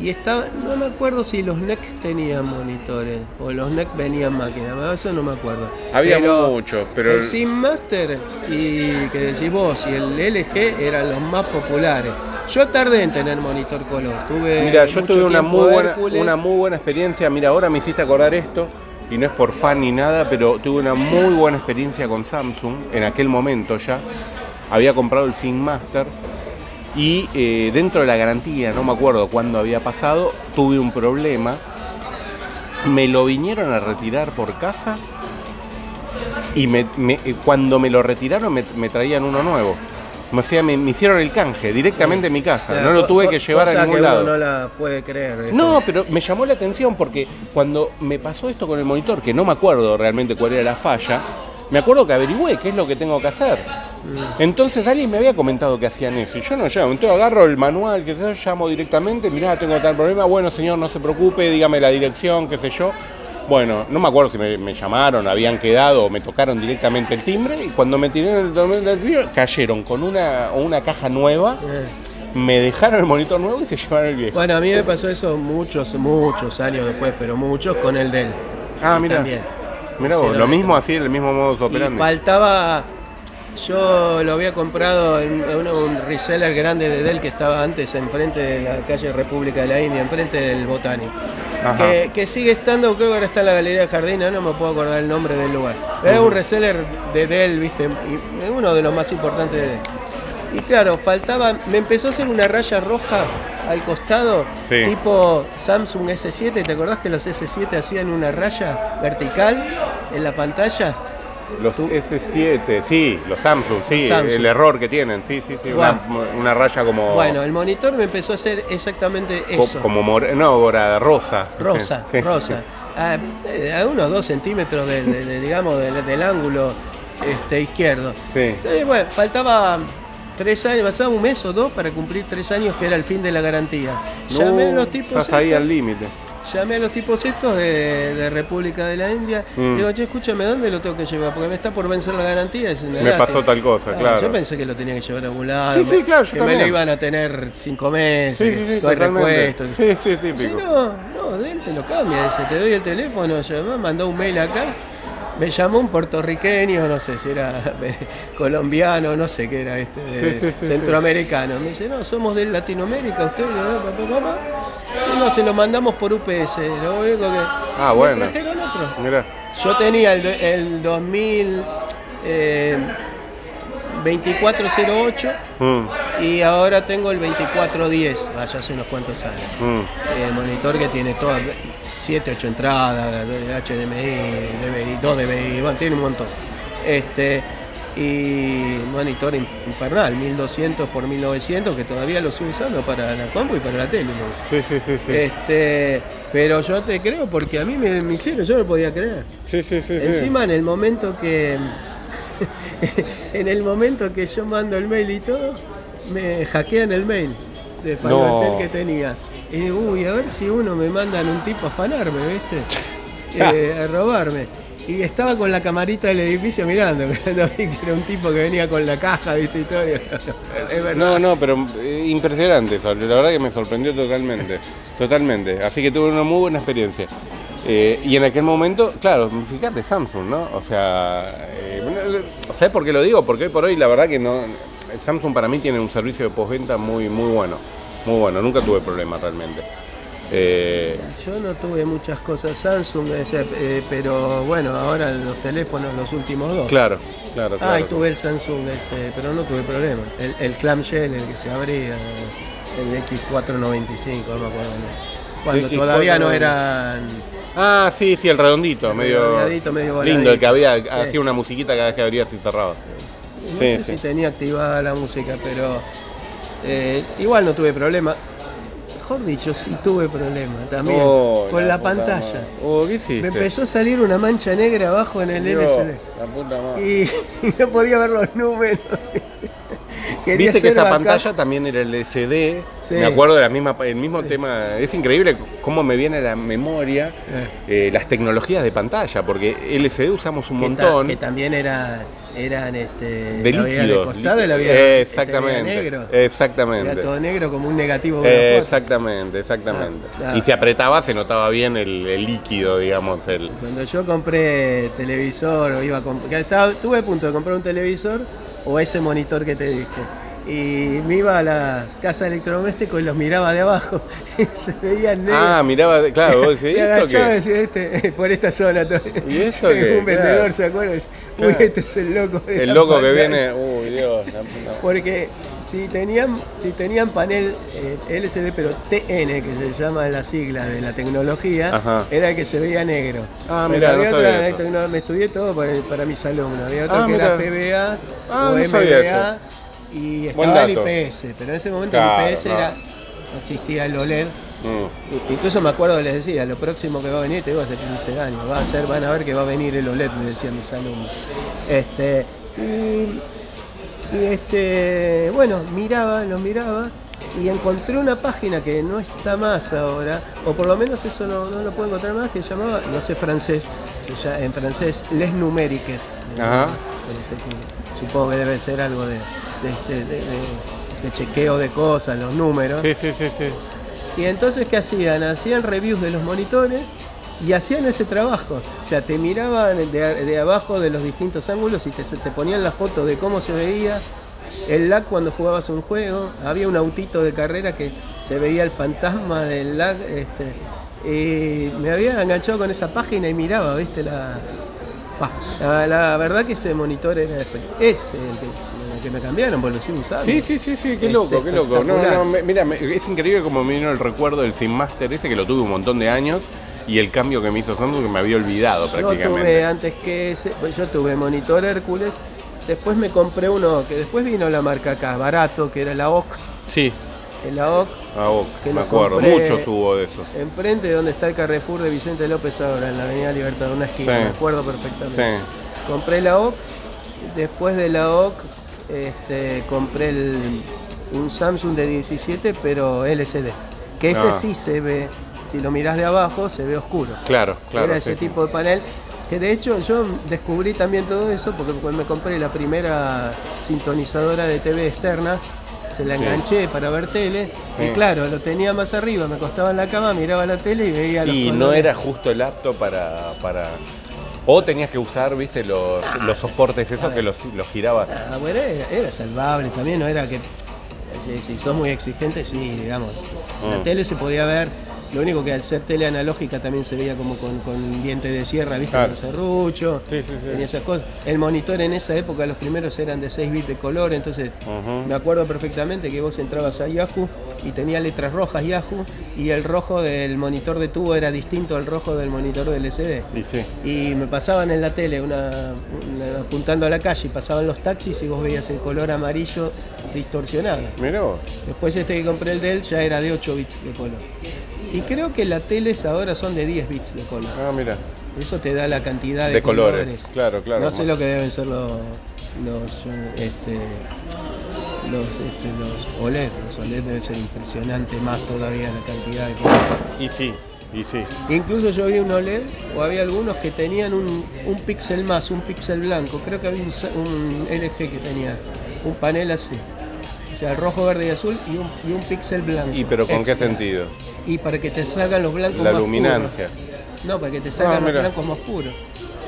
Y estaba, no me acuerdo si los NEC tenían monitores o los NEC venían máquinas, no, eso no me acuerdo. Había Pero muchos, pero el Sim Master y que decís vos y el LG eran los más populares. Yo tardé en tener monitor color. Tuve mira, yo mucho tuve una tiempo muy buena, Hércules. una muy buena experiencia. Mira, ahora me hiciste acordar esto y no es por fan ni nada, pero tuve una muy buena experiencia con Samsung en aquel momento ya. Había comprado el Sync Master y eh, dentro de la garantía, no me acuerdo cuándo había pasado, tuve un problema. Me lo vinieron a retirar por casa y me- me- eh, cuando me lo retiraron me, me traían uno nuevo. O sea, me, me hicieron el canje directamente en mi casa. O sea, no lo co- tuve co- que llevar cosa a ningún que lado. Uno no la puede creer. ¿viste? No, pero me llamó la atención porque cuando me pasó esto con el monitor, que no me acuerdo realmente cuál era la falla, me acuerdo que averigüé qué es lo que tengo que hacer. Entonces alguien me había comentado que hacían eso y yo no llamo. Entonces agarro el manual, que yo llamo directamente, mirá, tengo tal problema, bueno señor, no se preocupe, dígame la dirección, qué sé yo. Bueno, no me acuerdo si me, me llamaron, habían quedado o me tocaron directamente el timbre y cuando me tiraron el timbre del timbre, cayeron con una, una caja nueva, Eh. me dejaron el monitor nuevo y se llevaron el viejo. Bueno, a mí me pasó eso muchos, muchos años después, pero muchos con el del. Ah, mira. También. Mira Sí, vos, lo lo vi mismo así, el mismo modo Y operandi. faltaba. Yo lo había comprado en en un, un reseller grande de Dell que estaba antes enfrente de la calle República de la India, enfrente del Botánico. Ajá. Que, que sigue estando, creo que ahora está en la Galería del Jardín, no, no me puedo acordar el nombre del lugar. Era un reseller de Dell, viste, y- y uno de los más importantes de Dell. Y claro, faltaba, me empezó a hacer una raya roja al costado, Sí. tipo Samsung S7, ¿te acordás que los S7 hacían una raya vertical en la pantalla? Los S7, sí, los Samsung, sí, Los Samsung. el error que tienen, sí, sí, sí, una, una raya como Bueno, el monitor me empezó a hacer exactamente Oh. co- eso. como more- no, morada, rosa. rosa, Sí, sí, rosa. sí. A, eh, a unos dos centímetros del- del- del, digamos, del, del ángulo este, izquierdo. Sí. Entonces, bueno, faltaba tres años, pasaba un mes o dos para cumplir tres años, que era el fin de la garantía. llamé a No, los tipos Uh, Estás ahí estos- al límite. Llamé a los tipos estos de, de República de la India. Mm. Digo, che, escúchame, ¿dónde lo tengo que llevar? Porque me está por vencer la garantía. es una Me lástima". Ah, pasó tal cosa, claro. Yo pensé que lo tenía que llevar a algún lado. Sí, sí, claro, yo Que me lo también. iban a tener cinco meses. Sí, que sí, sí, no hay totalmente. repuestos. Sí, sí, Sí, típico. no, no, de él te lo cambia. Dice, te doy el teléfono, llamá, mandó un mail acá. Me llamó un puertorriqueño, no sé si era colombiano, no sé qué era este, Sí, sí, sí, centroamericano. Me dice, no, somos de Latinoamérica, usted, papá, papá. Y no, se lo mandamos por UPS, lo único que. Ah, bueno. Me trajeron otro. Mirá. Yo tenía el, do- el 2000 eh, 2408 Mm, y ahora tengo el 2410, vaya hace unos cuantos años. mm. El Eh, monitor que tiene todas 7, 8 entradas, HDMI, DVI, 2 DVI, bueno, tiene un montón. Este y monitor in- infernal, 1200 por 1900 que todavía lo estoy usando para la compu y para la tele. lo uso. Sí, sí, sí, sí. Este, pero yo te creo porque a mí me, me hicieron, yo no podía creer. sí, sí, sí, sí. Encima en el momento que en el momento que yo mando el mail y todo, me hackean el mail de Fan No. Hotel que tenía. Y digo, uy, a ver si uno me mandan un tipo a afanarme, ¿viste? Eh, a robarme. Y estaba con la camarita del edificio mirando, mirando vi que era un tipo que venía con la caja, ¿viste? Y todo. Digo, es verdad. No, no, pero eh, impresionante eso. La verdad que me sorprendió totalmente. Totalmente. Así que tuve una muy buena experiencia. Eh, y en aquel momento, claro, fíjate Samsung, ¿no? O sea, eh, no- ¿sabes por qué lo digo? Porque hoy por hoy la verdad que no. Samsung para mí tiene un servicio de postventa muy, muy bueno. Muy bueno. Nunca tuve problemas realmente. Eh, Yo no tuve muchas cosas Samsung, es decir, eh, pero bueno, ahora los teléfonos, los últimos dos. claro, claro, claro. Ah, y tuve el Samsung, este, pero no tuve problema. El, el clamshell, el que se abría, el X495, no me acuerdo. ¿no? Cuando El todavía no X495. eran. Ah, sí, sí, el redondito, El medio, redondeadito, medio lindo, el que voladito. había, Sí. hacía una musiquita cada vez que abrías y cerrabas. No Sí, sé sí. si tenía activada la música, pero. eh, igual no tuve problema. Mejor dicho, sí tuve problema también. Oh, con la, puta pantalla. madre. Oh, ¿qué hiciste? Me empezó a salir una mancha negra abajo en el Dios, LCD. La puta madre. Y, y no podía ver los números. Quería Viste que hacer esa backup. pantalla también era LCD. Sí. Me acuerdo de la misma, el mismo Sí. tema. Es increíble cómo me viene a la memoria Eh. eh, las tecnologías de pantalla, porque LCD usamos un que ta- montón. que también era, eran este, de la vida líquidos. de costado y la vida exactamente. tenía negro. Exactamente. Era todo negro como un negativo. de una Eh, foto. exactamente, exactamente. Ah, ah. Y si apretaba se notaba bien el, el líquido, digamos. El... Cuando yo compré televisor o iba a comprar, tuve a punto de comprar un televisor o ese monitor que te dije. Y me iba a las casas electrodomésticos y los miraba de abajo. y se veían negros. Ah, miraba, de- claro, vos decís, Me ¿esto agachaba y qué? decía, este, por esta zona. todo". ¿Y esto qué? Un vendedor, Claro. ¿se acuerdan? Dice, Uy, Claro. este es el loco. de El la loco que pantalla". viene. Uy, Dios, la puta madre. Porque si tenían, si tenían panel eh, LCD, pero TN, que se llama la sigla de la tecnología, Ajá. era el que se veía negro. Ah, Pero mirá, no había sabía otra eso. tecno- me estudié todo para, para mis alumnos. Había otro Ah, que mirá. era PBA Ah, o no sabía MBA y Buen estaba el dato. IPS, pero en ese momento Claro, el IPS no. era, no existía el E OLED. Mm. I- Incluso me acuerdo, les decía, lo próximo que va a venir, te digo hace 15 años, va a ser, van a ver que va a venir el OLED, me decían mis alumnos. Este, y, y, este, bueno, miraba, lo miraba y encontré una página que no está más ahora, o por lo menos eso no, no lo puedo encontrar más, que llamaba, no sé francés, se llama- en francés, Les Numériques. Ajá. No sé qué, Supongo que debe ser algo de, de este- de- de- de chequeo de cosas, los números. Sí, sí, sí, sí. Y entonces, ¿qué hacían? Hacían reviews de los monitores y hacían ese trabajo. O sea, te miraban de, de abajo de los distintos ángulos y te, se- te ponían la foto de cómo se veía el lag cuando jugabas un juego. Había un autito de carrera que se veía el fantasma del lag. Este, y me había enganchado con esa página y miraba, ¿viste? La, bah, la, la verdad que ese monitor era espe- es el que, el que me cambiaron, porque lo sigo usando. Sí, sí, sí, sí, qué Este, loco, qué loco. No, espectacular. no, me- mira, me- es increíble como me vino el recuerdo del Sin Master ese que lo tuve un montón de años y el cambio que me hizo Samsung que me había olvidado Yo tuve prácticamente. antes que ese, pues yo tuve monitor Hércules, después me compré uno que después vino la marca acá, barato, que era la OC, Sí, en la OC, ah, ok, Que me lo acuerdo. compré- Muchos hubo de esos. enfrente de donde está el Carrefour de Vicente López ahora, en la Avenida Libertad, una esquina, Sí. me acuerdo Sí. perfectamente. Compré la OC, después de la OC este, compré el- un Samsung de 17, pero LCD, que ese Ah. sí se ve, si lo mirás de abajo, se ve oscuro. Claro, claro. era sí, ese sí. tipo de panel. Que de hecho yo descubrí también todo eso porque cuando me compré la primera sintonizadora de TV externa, se la Sí. enganché para ver tele Sí. y claro, lo tenía más arriba, me acostaba en la cama, miraba la tele y veía los Y no colores. era justo el apto para. para... O tenías que usar, viste, los, los soportes esos que los, los girabas. Ah, bueno, era, era salvable también, no era que... Sí, sí, sos muy exigente, sí, digamos. Ah. La tele se podía ver, lo único que al ser tele analógica también se veía como con, con dientes de sierra, ¿viste? Claro. Con serrucho, Sí, sí, sí. tenía esas cosas. El monitor en esa época, los primeros eran de 6 bits de color, entonces Ajá. me acuerdo perfectamente que vos entrabas a Yahoo y tenía letras rojas Yahoo y el rojo del monitor de tubo era distinto al rojo del monitor del LCD. Y sí. Y me pasaban en la tele, una, una- apuntando a la calle, y pasaban los taxis y vos veías el color amarillo distorsionado. Mirá vos. Después este que compré el de él ya era de 8 bits de color. Y creo que las teles ahora son de 10 bits de color. Ah, mira. Eso te da la cantidad de, De colores, claro, claro. No sé lo que deben ser los los eh, este, los, este, los OLED. Los OLED debe ser impresionante más todavía la cantidad de colores. Y sí, y sí. Incluso yo vi un OLED o había algunos que tenían un, un píxel más, un píxel blanco. Creo que había un, sa- un LG que tenía un panel así. O sea, rojo, verde y azul y un, y un píxel blanco. ¿Y pero con qué Extra. sentido? Y para que te salgan los blancos La más luminancia. puros. No, para que te salgan Ah, los mira. blancos más puros.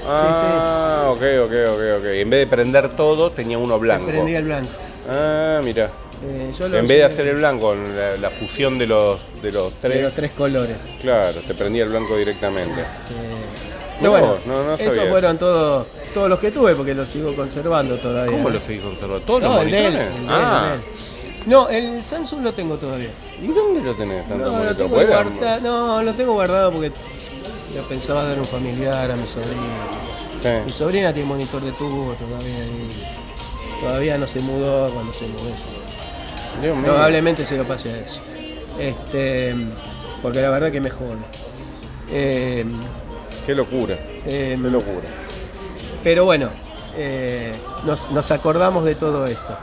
Ah, ok, ok, ok, ok. En vez de prender todo, tenía uno blanco. Prendía el blanco. Ah, mira. Eh, yo lo En vez de usé hacer el blanco, la, la fusión de los, de los de tres. los tres colores. Claro, te prendía el blanco directamente. Eh, No, no, bueno, no, no sabía esos eso. fueron todos, todos los que tuve porque los sigo conservando todavía. ¿Cómo lo seguís conservando? ¿Todos los No, el de monitores? él, el de él, ah, el de él. No, el Samsung lo tengo todavía. ¿y dónde lo tenés tanto No, lo monitor? tengo, Bueno, guarda- no, lo tengo guardado porque lo pensaba dar a un familiar, a mi sobrina. qué sé yo. Mi sí. sobrina tiene monitor de tubo todavía ahí. Todavía no se mudó cuando se mudó. se mudó. Dios mío. Probablemente se lo pase a eso. Este, porque la verdad que mejor. Eh, Qué locura, eh, qué locura. pero bueno, eh, nos, nos acordamos de todo esto.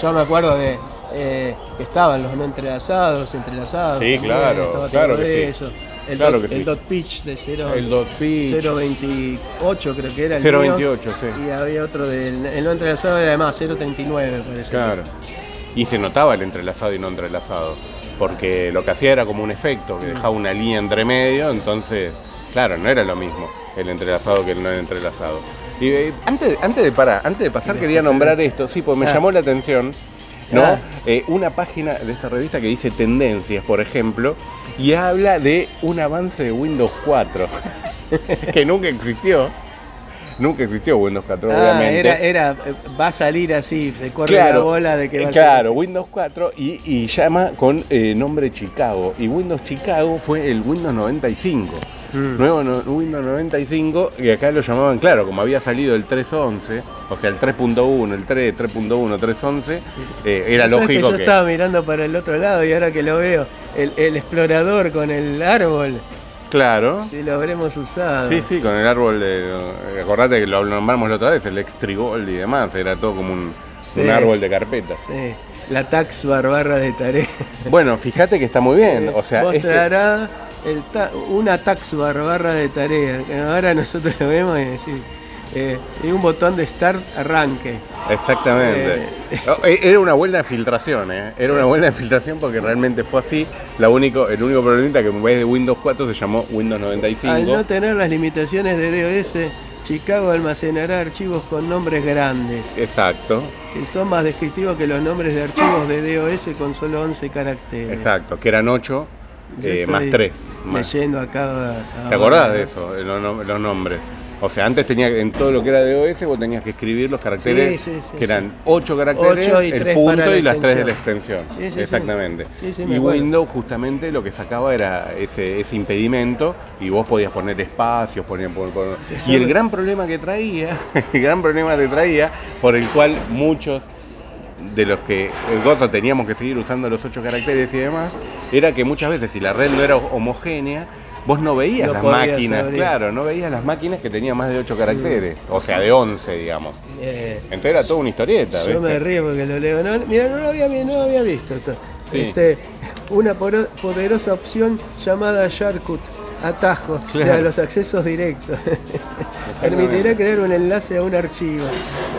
Yo me acuerdo de eh, que estaban los no entrelazados, entrelazados. Sí, también, claro, estaba claro todo que sí. eso. El, Claro dot, que sí. el dot pitch de 0, El dot pitch. 0.28 creo que era. el 0.28, mío. sí. Y había otro del el no entrelazado era además 0.39 parece. Claro. Y se notaba el entrelazado y no entrelazado. Porque lo que hacía era como un efecto, Mm. que dejaba una línea entre medio, entonces, claro, no era lo mismo el entrelazado que el no entrelazado. Y eh, antes, antes de parar, antes de pasar, quería nombrar esto, sí, pues me Ah. llamó la atención, ¿no? Ah. Eh, una página de esta revista que dice Tendencias, por ejemplo, y habla de un avance de Windows 4, que nunca existió. Nunca existió Windows 4, Ah, obviamente. era, era, eh, va a salir así, se corre la bola de que va eh, a claro, salir así. Windows 4 y, y llama con eh, nombre Chicago. Y Windows Chicago fue el Windows 95. Mm. Nuevo no- Windows 95, y acá lo llamaban, claro, como había salido el 3.11, o sea, el 3.1, el 3, 3.1, 3.11, eh, era Pues ¿Sabes lógico que yo que... estaba mirando para el otro lado y ahora que lo veo, el, el explorador con el árbol, Claro. si lo habremos usado. Sí, sí, con el árbol de... Acordate que lo nombramos la otra vez, el Extrigol y demás, era todo como un, Sí. un árbol de carpetas. Sí, La tax bar barra de tarea. Bueno, fíjate que está muy bien, o sea... este- Mostrará el ta- una tax bar barra de tarea. Ahora nosotros lo vemos y decimos, eh, y un botón de start arranque. Exactamente. Eh. Oh, e- Era una buena filtración, ¿eh? Era una buena filtración porque realmente fue así. La único, el único problemita que en vez de Windows 4 se llamó Windows 95. Al no tener las limitaciones de DOS, Chicago almacenará archivos con nombres grandes. Eh. Exacto, que son más descriptivos que los nombres de archivos de DOS con solo 11 caracteres. exacto. Que eran 8 Eh. Yo eh, estoy más 3. Leyendo acá. ¿Te acordás de eso? de Los, nom- los nombres. O sea, antes tenía en todo lo que era de OS vos tenías que escribir los caracteres Sí, sí, sí, que eran 8 caracteres, Ocho y el tres punto para la y las 3 de la extensión. extensión. Sí, sí, sí. Exactamente. Sí, sí, me y acuerdo. Windows justamente lo que sacaba era ese, ese impedimento y vos podías poner espacios, poner, y el gran problema que traía, el gran problema que traía por el cual muchos de los que el gozo teníamos que seguir usando los ocho caracteres y demás, era que muchas veces si la red no era homogénea, vos no veías No las podías máquinas, abrir. claro, no veías las máquinas que tenían más de ocho caracteres, o sea, de 11, digamos. Eh, Entonces era toda una historieta, yo me ¿viste? río porque lo leo. No, mira, no lo había, vi- no lo había visto esto. Sí. Este, una poro- poderosa opción llamada Shortcut, atajo, Claro. de los accesos directos. Permitirá crear un enlace a un archivo.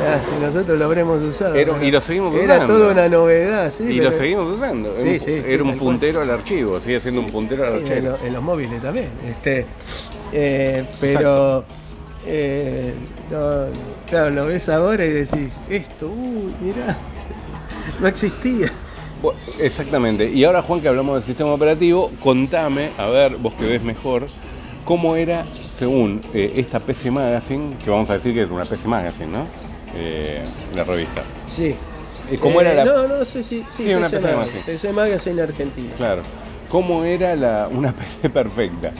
Ah, si nosotros lo habremos usado. Era- pero y lo seguimos Era usando. toda una novedad, sí. y pero- lo seguimos usando. Sí, sí, sí, era un tal cual. puntero al archivo, sigue siendo un puntero al Sí, Eh, en, archivo. lo- en los móviles también. Este, eh, pero eh, no, claro, lo ves ahora y decís, esto, uy, mirá, no existía. Bu- Exactamente. Y ahora, Juan, que hablamos del sistema operativo, contame, a ver, vos que ves mejor, cómo era, según eh, esta PC Magazine, que vamos a decir que es una PC Magazine, ¿no? Eh, la revista. Sí. Eh, ¿Cómo era la- No, no, sí, sí. Sí, Sí, una PC PC Magazine. Magazine. PC Magazine Argentina. Claro. ¿Cómo era la, una PC perfecta?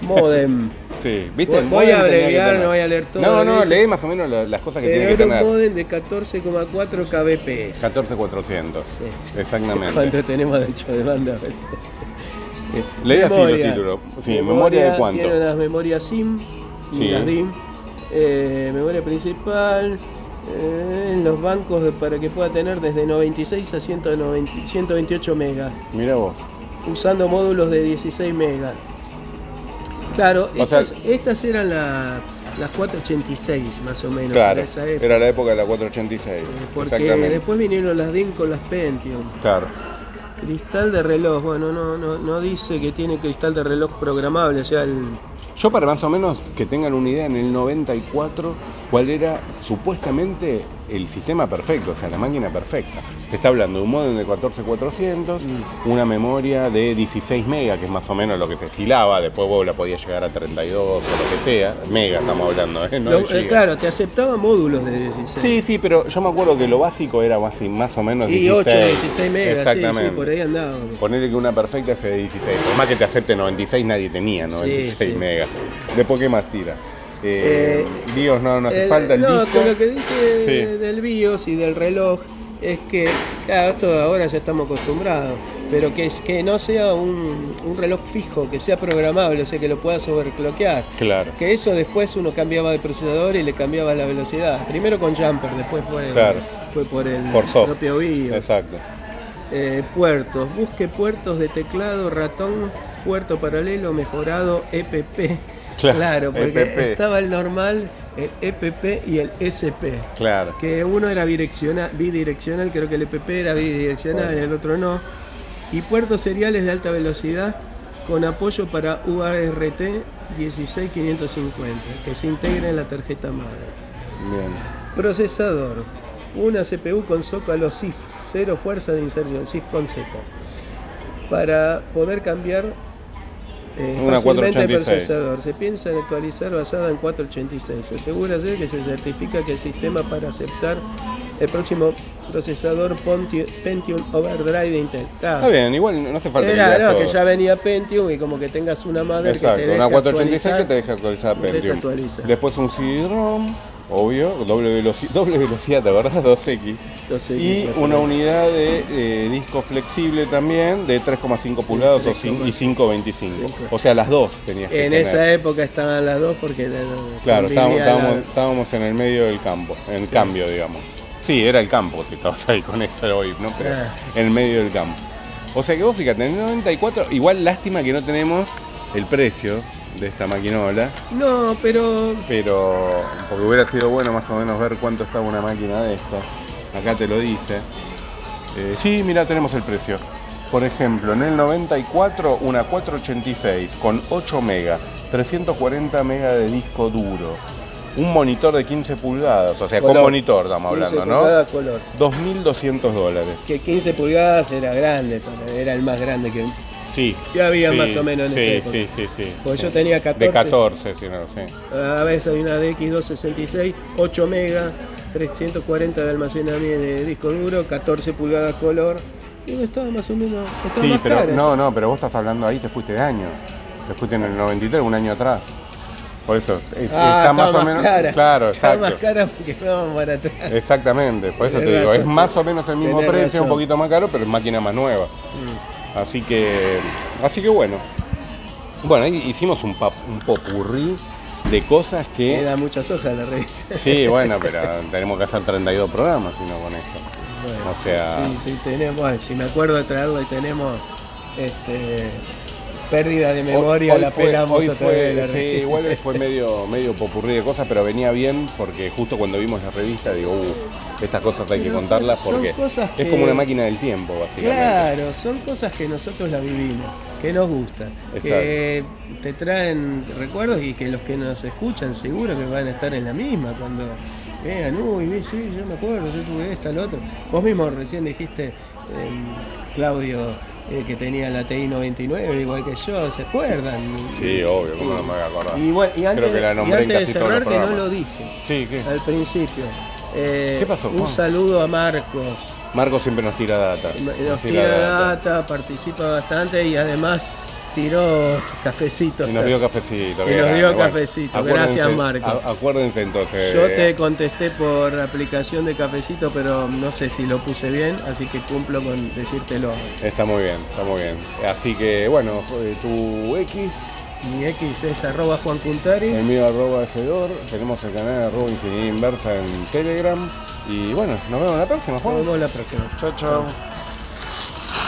Modem. sí, ¿viste? Voy- El voy modem a tenía que abreviar, tener- no voy a leer todo No, lo que no, dice. leí más o menos la- las cosas que Pero tiene que era un tener. modem de 14,4 kbps. 14400. Sí. Exactamente. ¿Cuánto tenemos de hecho de banda? Leí así los Memoria. títulos. Sí, memoria de cuánto. Tiene unas memorias SIM, Sí. unas DIM, eh, memoria principal, eh, en los bancos de- para que pueda tener desde 96 a 190 128 megas, Mira vos. usando módulos de 16 megas. Claro, O estas, sea- estas eran la- las 486 más o menos Claro, para esa época. era la época de la 486. eh, Porque Exactamente. después vinieron las DIM con las Pentium. Claro. Cristal de reloj, bueno, no, no, no dice que tiene cristal de reloj programable, o sea, el, Yo para más o menos que tengan una idea, en el 94, cuál era supuestamente el sistema perfecto, o sea, la máquina perfecta. Te está hablando de un modem de 14400, Mm. una memoria de 16 megas, que es más o menos lo que se estilaba, después vos la podías llegar a 32 o lo que sea, mega estamos hablando, ¿eh? No Lo- de eh, gigas. claro, te aceptaba módulos de 16. Sí, sí, pero yo me acuerdo que lo básico era más, más o menos y 16. 8, 16 megas, sí, sí, Exactamente. por ahí andaba. Ponerle que una perfecta sea de 16. Por más que te acepte 96, nadie tenía 96 sí. megas. Después, ¿qué más tira? Eh, Eh, BIOS no nos hace El- falta el no, disco. con lo que dice Sí. del BIOS y del reloj es que, claro, esto ahora ya estamos acostumbrados, pero que, es, que no sea un, un reloj fijo, que sea programable, o sea, que lo puedas overclockear. Claro, Que eso después uno cambiaba de procesador y le cambiaba la velocidad. Primero con jumper, después fue, Claro. fue por el por soft. propio BIOS. Exacto. Eh, puertos, busque puertos de teclado, ratón, puerto paralelo, mejorado, E EPP. Claro, E porque EPP. estaba el normal, el EPP y el SP. Claro. Que uno era bidirecciona- bidireccional, creo que el EPP era bidireccional, Bueno. el otro no. Y puertos seriales de alta velocidad con apoyo para UART 16550, que se integra en la tarjeta madre. Bien. Procesador. Una CPU con zócalo SIF, cero fuerza de inserción, SIF con Z. Para poder cambiar eh, Una fácilmente el 486. procesador. Se piensa en actualizar basada en 486. Asegúrese que se certifica que el sistema para aceptar el próximo procesador Ponti- Pentium Overdrive de Intel. Ah, Está bien, igual no hace falta Era, leas no, todo. que ya venía Pentium y como que tengas una madre que te Exacto, deje una 486 que te actualizar. deja actualizar te deja Pentium. actualizar. Después un CD-ROM, obvio, doble, veloci- doble velocidad, ¿te acordás? 2X. Entonces, Y claro. una unidad de eh, disco flexible también de 3,5 pulgadas o cin- y 5,25. O sea, las dos tenías que En tener. esa época estaban las dos porque eh, Claro, estábamos, convivía la- estábamos, estábamos en el medio del campo, en cambio, digamos. Sí, era el campo si estabas ahí con eso hoy, ¿no? Pero Ah. en el medio del campo. O sea que vos fíjate, en el 94, igual lástima que no tenemos el precio de esta maquinola, No, pero pero porque hubiera sido bueno más o menos ver cuánto estaba una máquina de estas. Acá te lo dice. Eh, sí, mira, tenemos el precio. Por ejemplo, en el 94 una 486 con 8 mega, 340 mega de disco duro, un monitor de 15 pulgadas, o sea, con Color. monitor estamos 15 hablando, pulgadas ¿no? color. 2.200 dólares. Que 15 pulgadas era grande, para- era el más grande que. Sí. Ya había más o menos en sí, esa época. Sí, sí, sí. Porque yo Sí. tenía 14. De 14, si no, sí. A veces había una DX266, 8 mega, 340 de almacenamiento de disco duro, 14 pulgadas color. Y estaba más o menos. Estaba Sí, más pero cara. Ah, no, no, pero vos estás hablando ahí, te fuiste de año. Te fuiste en el 93, un año atrás. Por eso, eh, Ah, está estaba más o menos. Cara. Claro, Estaba exacto. más cara porque no para atrás. Exactamente, por eso Tenés te digo, razón, es más o menos el mismo tenés precio, un razón. Mm. poquito más caro, pero es máquina más nueva. Así que, así que bueno. Bueno, ahí hicimos un, pap- un popurrí de cosas Me que. da muchas hojas la revista. Sí, bueno, pero tenemos que hacer 32 programas, sino con esto. Bueno, O sea- sí, sí, tenemos, ay, si me acuerdo de traerlo y tenemos este, pérdida de memoria, Hoy la fue- pelamos hoy otra fue- vez. la sí, revista. igual hoy fue medio, medio popurrí de cosas, pero venía bien porque justo cuando vimos la revista digo, "Uh, estas cosas hay que Pero contarlas son porque cosas es que- como una máquina del tiempo, básicamente. Claro, son cosas que nosotros la vivimos, que nos gustan, que te traen recuerdos y que los que nos escuchan seguro que van a estar en la misma cuando Vean, uy, vi, sí, yo me acuerdo, yo tuve esta, la otra. Vos mismo recién dijiste, eh, Claudio, eh, que tenía la TI 99, igual que yo, ¿se acuerdan? Sí, obvio, cómo no me voy a acordar. Y, bueno, y antes, Creo que la y nombré en antes de casi todos los cerrar, que no programas. lo dije Sí, ¿qué? al principio. Eh, ¿Qué pasó, Juan? Un saludo a Marcos. Marco siempre nos tira data. Nos tira data, participa bastante y además tiró cafecitos. Y nos dio cafecito. Y qué nos grande. dio cafecito. acuérdense- Gracias, Marco. a- acuérdense entonces. Yo eh, te contesté por aplicación de cafecito, pero no sé si lo puse bien, así que cumplo con decírtelo. Está muy bien, está muy bien. Así que, bueno, eh, tu X, Mi X es arroba Juan Cuntari. el mío arroba Fedor, tenemos el canal arroba Ingeniería Inversa en Telegram. Y bueno, nos vemos en la próxima, Nos Juan. vemos la próxima. Chao, chao.